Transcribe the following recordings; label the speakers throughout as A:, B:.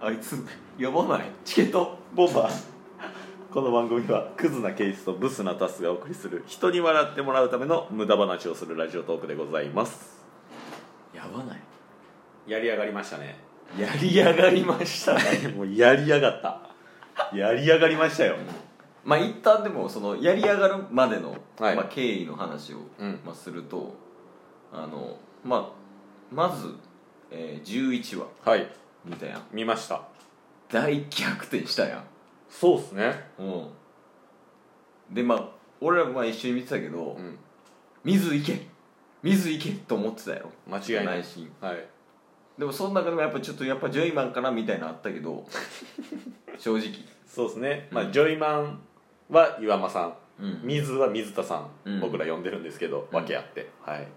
A: あいつ呼ばないチケット
B: ボンバーこの番組はクズなケイスとブスなタスがお送りする人に笑ってもらうための無駄話をするラジオトークでございます
A: やばない
B: やり上がりましたね
A: やり上がりましたね
B: もうやり上がったやり上がりましたよ
A: まあ一旦でもそのやり上がるまでの、
B: はい
A: まあ、経緯の話を、
B: うん
A: まあ、するとあの、まあ、まず、えー、11話
B: はい
A: 見たやん
B: 見ました
A: 大逆転したや
B: そうっすね
A: んうんでまあ俺らまあ一緒に見てたけど、
B: うん
A: 水いけ水いけと思ってたやろ
B: 間違いない
A: 内心
B: はい
A: でもその中でもやっぱちょっとやっぱジョイマンかなみたいなのあったけ ど正直
B: そうですね、まあ
A: うん
B: ジョイマンは岩間さん、
A: うん
B: 水は水田さん、
A: うん
B: 僕ら呼んでるんですけど、
A: うん
B: 訳あってはい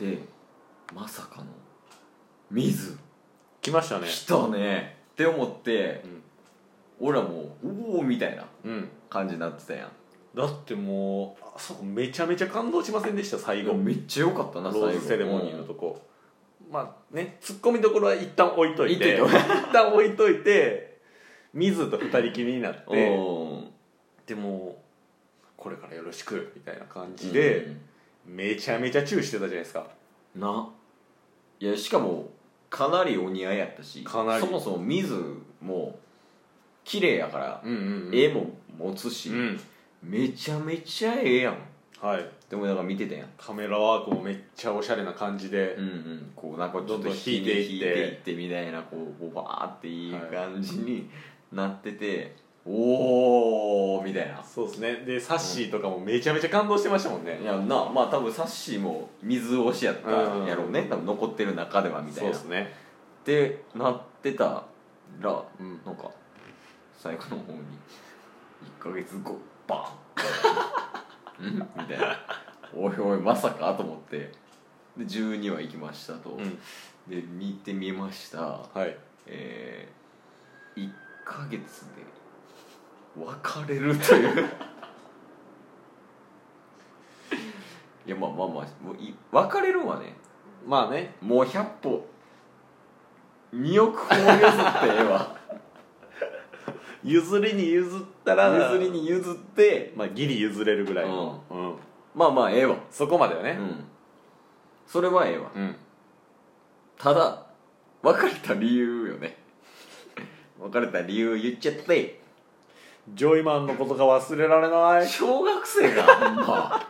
A: でまさかの水
B: 来ましたね
A: 来たねって思って、
B: うん
A: 俺はもうおおみたいな
B: うん
A: 感じになってたやん
B: だってもうあそこめちゃめちゃ感動しませんでした最後、
A: めっちゃ良かったな
B: ロ
A: 最後
B: ーズセレモニーのとこ、まあねツッコミどころは一旦置いといて
A: 置いとい
B: 一旦置いといて水と二人きりになっ
A: うん
B: て
A: うん
B: でもこれからよろしくみたいな感じで、めちゃめちゃチューしてたじゃないですか
A: うんないやしかもかなりお似合いやったし
B: かなり
A: そもそも水も綺麗やから、
B: うんうん、
A: 絵も持つし、
B: うん
A: めちゃめちゃええやん
B: はい
A: でもなんか見てたやん
B: カメラワークもめっちゃおしゃれな感じで、
A: うんうん、こうなんかちょ
B: ど
A: っ
B: ん
A: と
B: どん引いていって
A: 引いていってみたいなこうこうバーっていい
B: はい
A: 感じになってて、おおみたいな
B: そうですねでサッシーとかもめちゃめちゃ感動してましたもんね
A: い、やなまあ多分サッシーも水推しやった
B: うん
A: やろうね、多分残ってる中ではみた
B: そ
A: い
B: うで
A: なっ
B: すね、
A: てなってたら
B: うん、
A: なんか最後の方に1ヶ月後バンうん みたいなおいおいまさかと思ってで12話行きましたと、
B: うん
A: で見てみました
B: はい
A: えー、1ヶ月で別れるという いやまあまあまあもうい別れるんはね
B: まあね
A: もう100歩2億歩を譲ってええわ
B: 譲りに譲ったら
A: 譲りに譲って
B: まあギリ譲れるぐらいの、うん
A: まあまあええわ
B: そこまでは
A: う
B: ね
A: んそれはええわ
B: うん、
A: ただ別れた理由よね別れた理由言っちゃって
B: ジョイマンのことが忘れられない
A: 小学生がほんま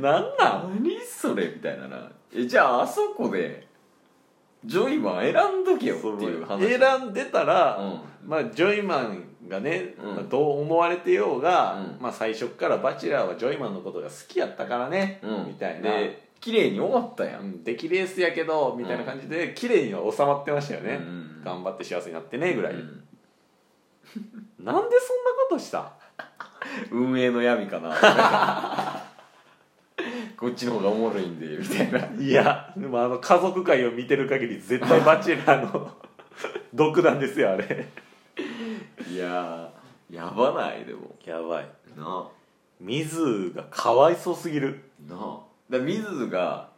B: なんなん
A: 何それみたいななえじゃああそこでジョイマン選んどけよっていう話
B: 選んでたら、
A: う
B: まあ、ジョイマンがね、
A: うん
B: まあ、どう思われてようが、
A: うん
B: まあ、最初っからバチェラーはジョイマンのことが好きやったからね、
A: うん
B: みたいな
A: で綺麗に終わったやん、
B: うんできレースやけどみたいな感じで、綺麗には収まってましたよね、
A: うんうんうん
B: 頑張って幸せになってねぐらい、
A: うん
B: なんでそんなことした
A: 運営の闇かな こっちの方がおもろいんでみたいない
B: やでもあの家族会を見てる限り絶対バチェラーの 独断ですよあれ
A: いやーやばないでも
B: やばい
A: な
B: 水がかわいそうすぎる
A: なあだミズが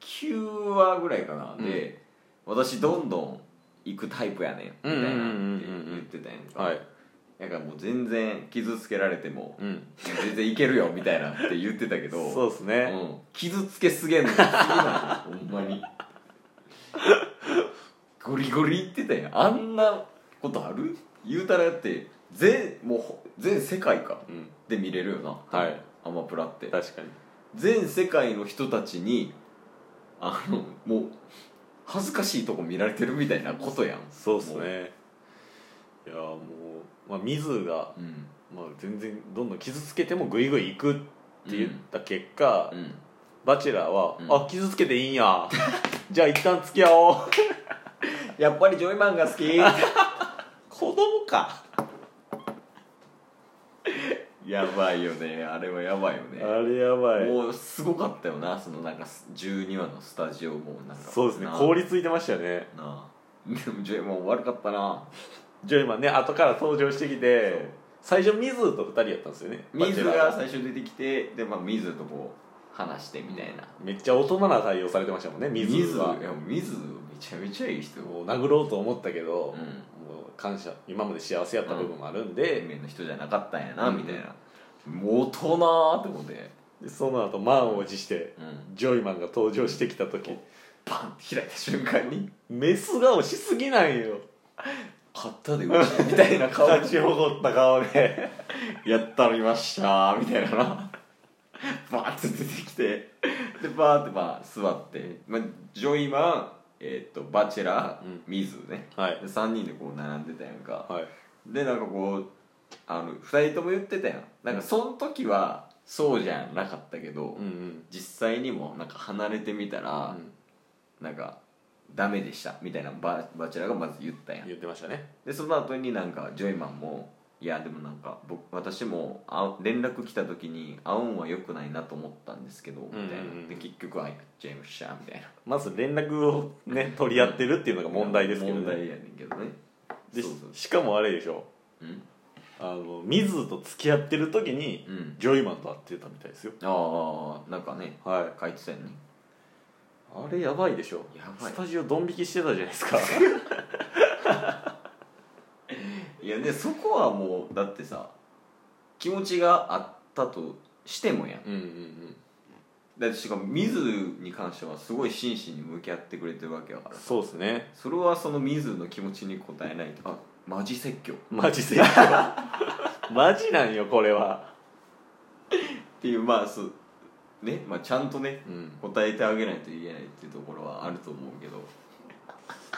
A: 9話ぐらいかな、で私どんどん行くタイプやねんみたいなって言ってたやんか、
B: はい
A: なんかもう全然傷つけられても
B: うん
A: 全然いけるよみたいなって言ってたけど
B: そうです
A: う
B: ね、
A: ん、傷つけすぎんのすぎないほんまにゴリゴリ言ってたやんあんなことある言うたらだって全もうほ全世界か
B: うん
A: で見れるよな
B: はい
A: アマプラって
B: 確かに
A: 全世界の人たちにあのもう恥ずかしいとこ見られてるみたいなことやん
B: そうですねいやもう、まあ、水が、
A: うん
B: まあ、全然どんどん傷つけてもグイグイいくって言った結果、
A: うん
B: バチェラーは「
A: うん
B: あ傷つけていいんや じゃあ一旦付き合おう」
A: やっぱりジョイマンが好き
B: 子供か
A: やばいよねあれはやばいよね
B: あれやばい
A: もうすごかったよなそのなんかす12話のスタジオもなんか
B: そうですね
A: なあ
B: 凍りついてましたよね
A: なあでもジェイも悪かったな
B: ジョイマンね後から登場してき
A: そう
B: て最初ミズーと2人やったんですよね
A: 水
B: バチェラ
A: が
B: ー
A: 最初出てきてでまあ水とこう話してみたいな、
B: めっちゃ大人な対応されてましたもんね水
A: 水
B: はい
A: や水めちゃめちゃいい人
B: もう殴ろうと思ったけ
A: う
B: ど、
A: ん
B: もう感謝今まで幸せやった部分もあるんで、
A: 面の人じゃなかったんやな、
B: うん
A: みたいな大人って思って、
B: でその後満を持して、
A: うん、
B: ジョイマンが登場してきた時
A: バンって開いた瞬間に
B: メス顔しすぎないよ
A: 買ったでうちみたいな顔
B: 立ち誇った顔で
A: やったりましたみたいなな バーって出てきてでバーってまあ座って、まあ、ジョイマンえーっとバチェラー、
B: うん
A: ミズね
B: はい
A: で3人でこう並んでたやんか、
B: はい
A: でなんかこうあの2人とも言ってたやんなんかその時はそうじゃなかったけど、
B: うんうん
A: 実際にもなんか離れてみたら、なんかダメでしたみたいなババチェラーがまず言ったやん
B: 言ってましたね
A: でその後になんかジョイマンも「いやでもなんか僕私もあ連絡来た時に会うんは良くないなと思ったんですけど」みたいな、
B: うんうんうん
A: で結局会っちゃいましたみたいな
B: まず連絡をね取り合ってるっていうのが 問題ですけど
A: 問
B: ね
A: 題やねんけどね
B: で
A: そうそう
B: しかもあれでしょ
A: うん
B: あのミズと付き合ってる時に、
A: うん
B: ジョイマンと会ってたみたいですよ
A: ああなんかね
B: はい
A: 書いてたよね
B: あれやばいでしょ
A: やばい
B: スタジオドン引きしてたじゃないですか
A: いやでそこはもうだってさ気持ちがあったとしてもやん
B: うんうんうん
A: だってしかも水に関してはすごい真摯に向き合ってくれてるわけやから
B: そうですね
A: それはその水の気持ちに応えないとあマジ説教っ
B: マジでマジなんよこれは
A: ていうまあすねまあちゃんとね
B: うん
A: 答えてあげないといけないっていうところはあると思うけど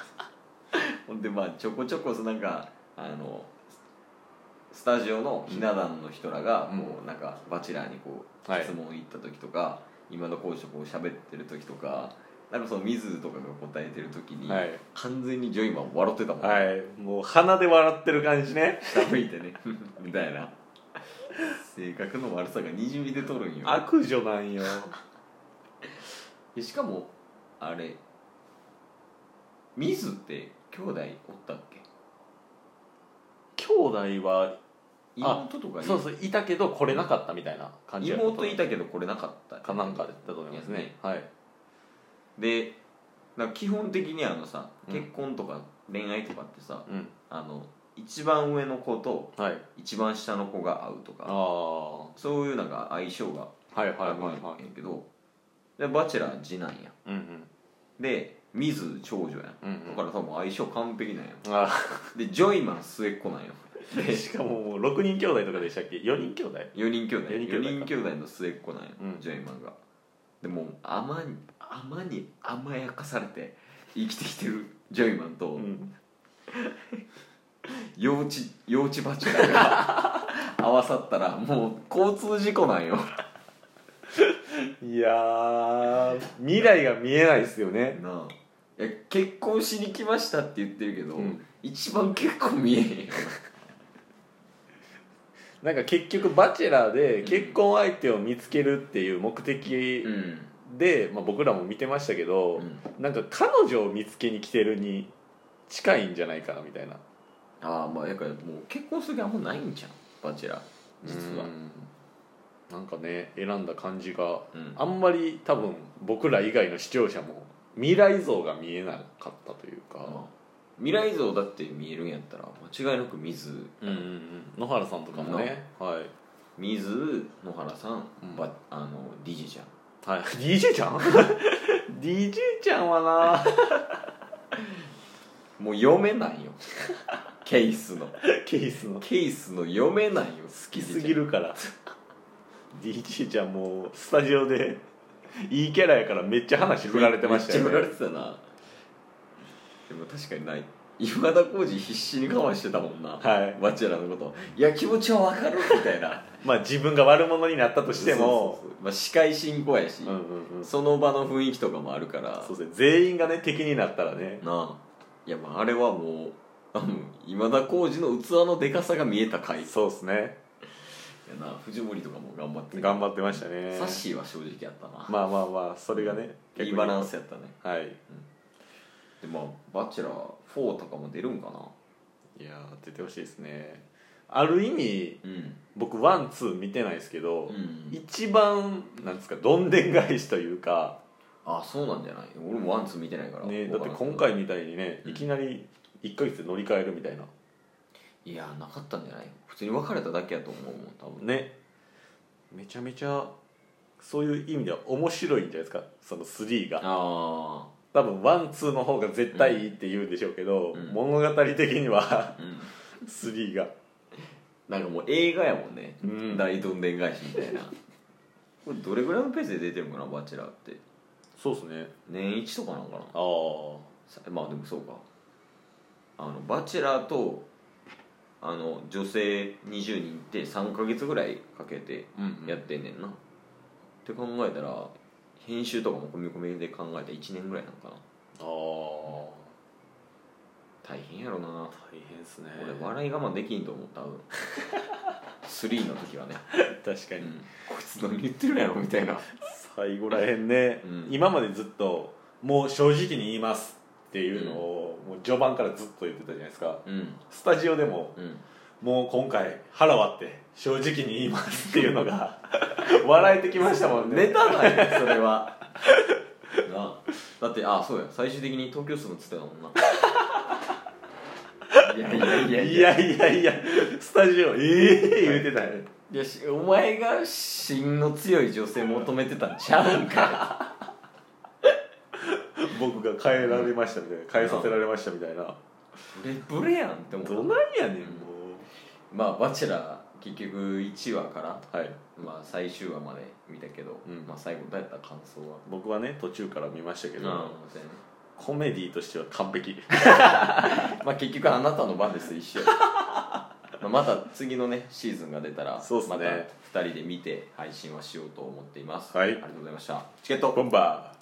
A: ほんでまあちょこちょこそなんかあのスタジオのひな壇の人らが
B: うん
A: こうなんかバチェラーにこう
B: はい
A: 質問行った時とか、今の講師とこう喋ってる時とかなんかその水とかが答えてる時に、
B: はい
A: 完全にジョイマン笑ってたもん、
B: はいもう鼻で笑ってる感じね
A: 下向いてね みたいな性格の悪さがにじみ出とるんよ
B: 悪女なんよ
A: でしかもあれミズって兄弟おったっけ
B: 兄弟はあ
A: 妹とかい
B: そうそういたけど来れなかったみたいな感じやったと
A: 妹いたけどこれなかった
B: かなんかだったと思いますね
A: いやね
B: はい
A: でなんか基本的にあのさ
B: うん
A: 結婚とか恋愛とかってさ、
B: うん
A: あの一番上の子と
B: はい
A: 一番下の子が会うと
B: あ
A: か
B: あは
A: そういうなんか相性が
B: いはいは
A: あ
B: い
A: るんや
B: はい
A: けど、でバチェラー次男や
B: うんうん
A: でミズ長女やん
B: うんうん
A: だから多分相性完璧なんや
B: あ
A: でジョイマン末っ子なんよ
B: ーしかももう6人兄弟とかでしたっけ4人兄弟
A: 4人兄弟
B: 四人兄
A: 4
B: 弟
A: 人
B: か
A: 兄弟の末っ子なんや、
B: うん
A: ジョイマンがでもう甘に甘に甘やかされて生きてきてるジョイマンと、
B: うん
A: 幼稚幼稚バチェラーが 合わさったらもう交通事故なんよ
B: いやー未来が見えないですよね
A: なあいや結婚しに来ましたって言ってるけど、
B: うん
A: 一番結婚見えへんよ
B: なんか結局「バチェラー」で結婚相手を見つけるっていう目的
A: うん
B: で、まあ、僕らも見てましたけど、
A: うん
B: なんか彼女を見つけに来てるに近いんじゃないかなみたいな
A: ああまあやからもう結婚する気はもうないんじゃんバチェラー実は
B: うんなんかね選んだ感じが
A: うん
B: あんまり多分僕ら以外の視聴者も未来像が見えなかったというか、
A: 未来像だって見えるんやったら間違いなく水
B: うんうんうん、野原さんとかもね、はい、
A: 水野原さん、
B: うん
A: ばあの DJ ちゃん
B: はい、DJ ちゃん DJ ちゃんは
A: もう読めないよケースの
B: なケースの好
A: ケースの読めないよ好
B: きすぎるから DJ ちゃんもうスタジオでいいキャラやからめっちゃ話振られてましたよ
A: めっちゃ振ら
B: ね
A: れてたなでも確かにない今田耕司必死に我慢してたもんな、
B: はい
A: バチェラーのこといや気持ちはわかるみたいな
B: まあ自分が悪者にな ったとしても
A: そうそうそうまあ、司会進行やし、
B: うんうんうん
A: その場の雰囲気とかもあるから
B: そうですね全員がね敵になったらね
A: なあいやまああれはもうあの今田耕司の器のでかさが見えた回や
B: そうですね
A: な藤森とかも頑張って
B: 頑張ってましたね
A: サッシーは正直やったな、
B: まあまあまあそれがね逆
A: い
B: に
A: いバランスやったね
B: はい
A: でまあバチェラー4とかも出るんかない
B: やー出てほしいですねある意味
A: うん
B: 僕ワンツー見てないですけど、
A: うん
B: 一番なんですかどんでん返しというか、
A: あそうなんじゃない俺もワンツー見てないから
B: ね、だって今
A: わからん
B: 回みたいにね、
A: うん
B: いきなり1ヶ月で乗り換えるみたいな
A: けどいやなかったんじゃない普通に別れただけやと思うもん多分
B: ねめちゃめちゃそういう意味では面白いんじゃないですかその3が
A: あ
B: 多分ワンツーの方が絶対いいって言うんでしょうけど、
A: うん
B: 物語的には
A: あうん
B: 3が
A: なんかもう映画やもんね、
B: うん
A: 大どんでん返しみたいなこれどれぐらいのペースで出てるのかなバチェラーって
B: そうですね
A: 年一とかなんかな
B: ああ
A: さまあでもそうかあのバチェラーとあの女性20人って3か月ぐらいかけて
B: うん
A: やってんねんな、って考えたら編集とかも込み込みで考えたら1年ぐらいなのかな
B: ああ大
A: 大変やろな
B: 変ですね
A: 俺笑い我慢できんと思う多 分3の時はね、
B: 確か
A: う
B: に、
A: んこいつ何言ってるんやろみたいな
B: 最後らへんね、
A: うん
B: 今までずっともう正直に言いますっていうのを、もう序盤からずっと言ってたじゃないですか
A: うん
B: スタジオでも
A: うん
B: もう今回腹割って正直に言いますっていうのが 笑えてきましたもん
A: ネ
B: ね
A: タなんやそれはなあだってあそうや最終的に東京住むっつってたもんないやいやい
B: い
A: や
B: や
A: い
B: い
A: や
B: やいやいやスタジオええ言うてたね
A: いやしお前が芯の強い女性求めてたんちゃうんか
B: 僕が変えられましたみたいな変えさせられましたみたいな
A: ブレブレやんって思
B: ど
A: う
B: ないやねんも
A: まあ「バチェラー」結局1話から、
B: うはい
A: まあ、最終話まで見たけど、
B: うん
A: まあ、最後どうやった感想は
B: 僕はね途中から見ましたけど、
A: うんそうやね
B: コメディとしては完璧
A: まあ結局あなたの番です一緒 やまあまた次のねシーズンが出たら
B: そうっすね
A: また2人で見て配信はしようと思っています、
B: はい
A: ありがとうございましたチケット
B: ボンバー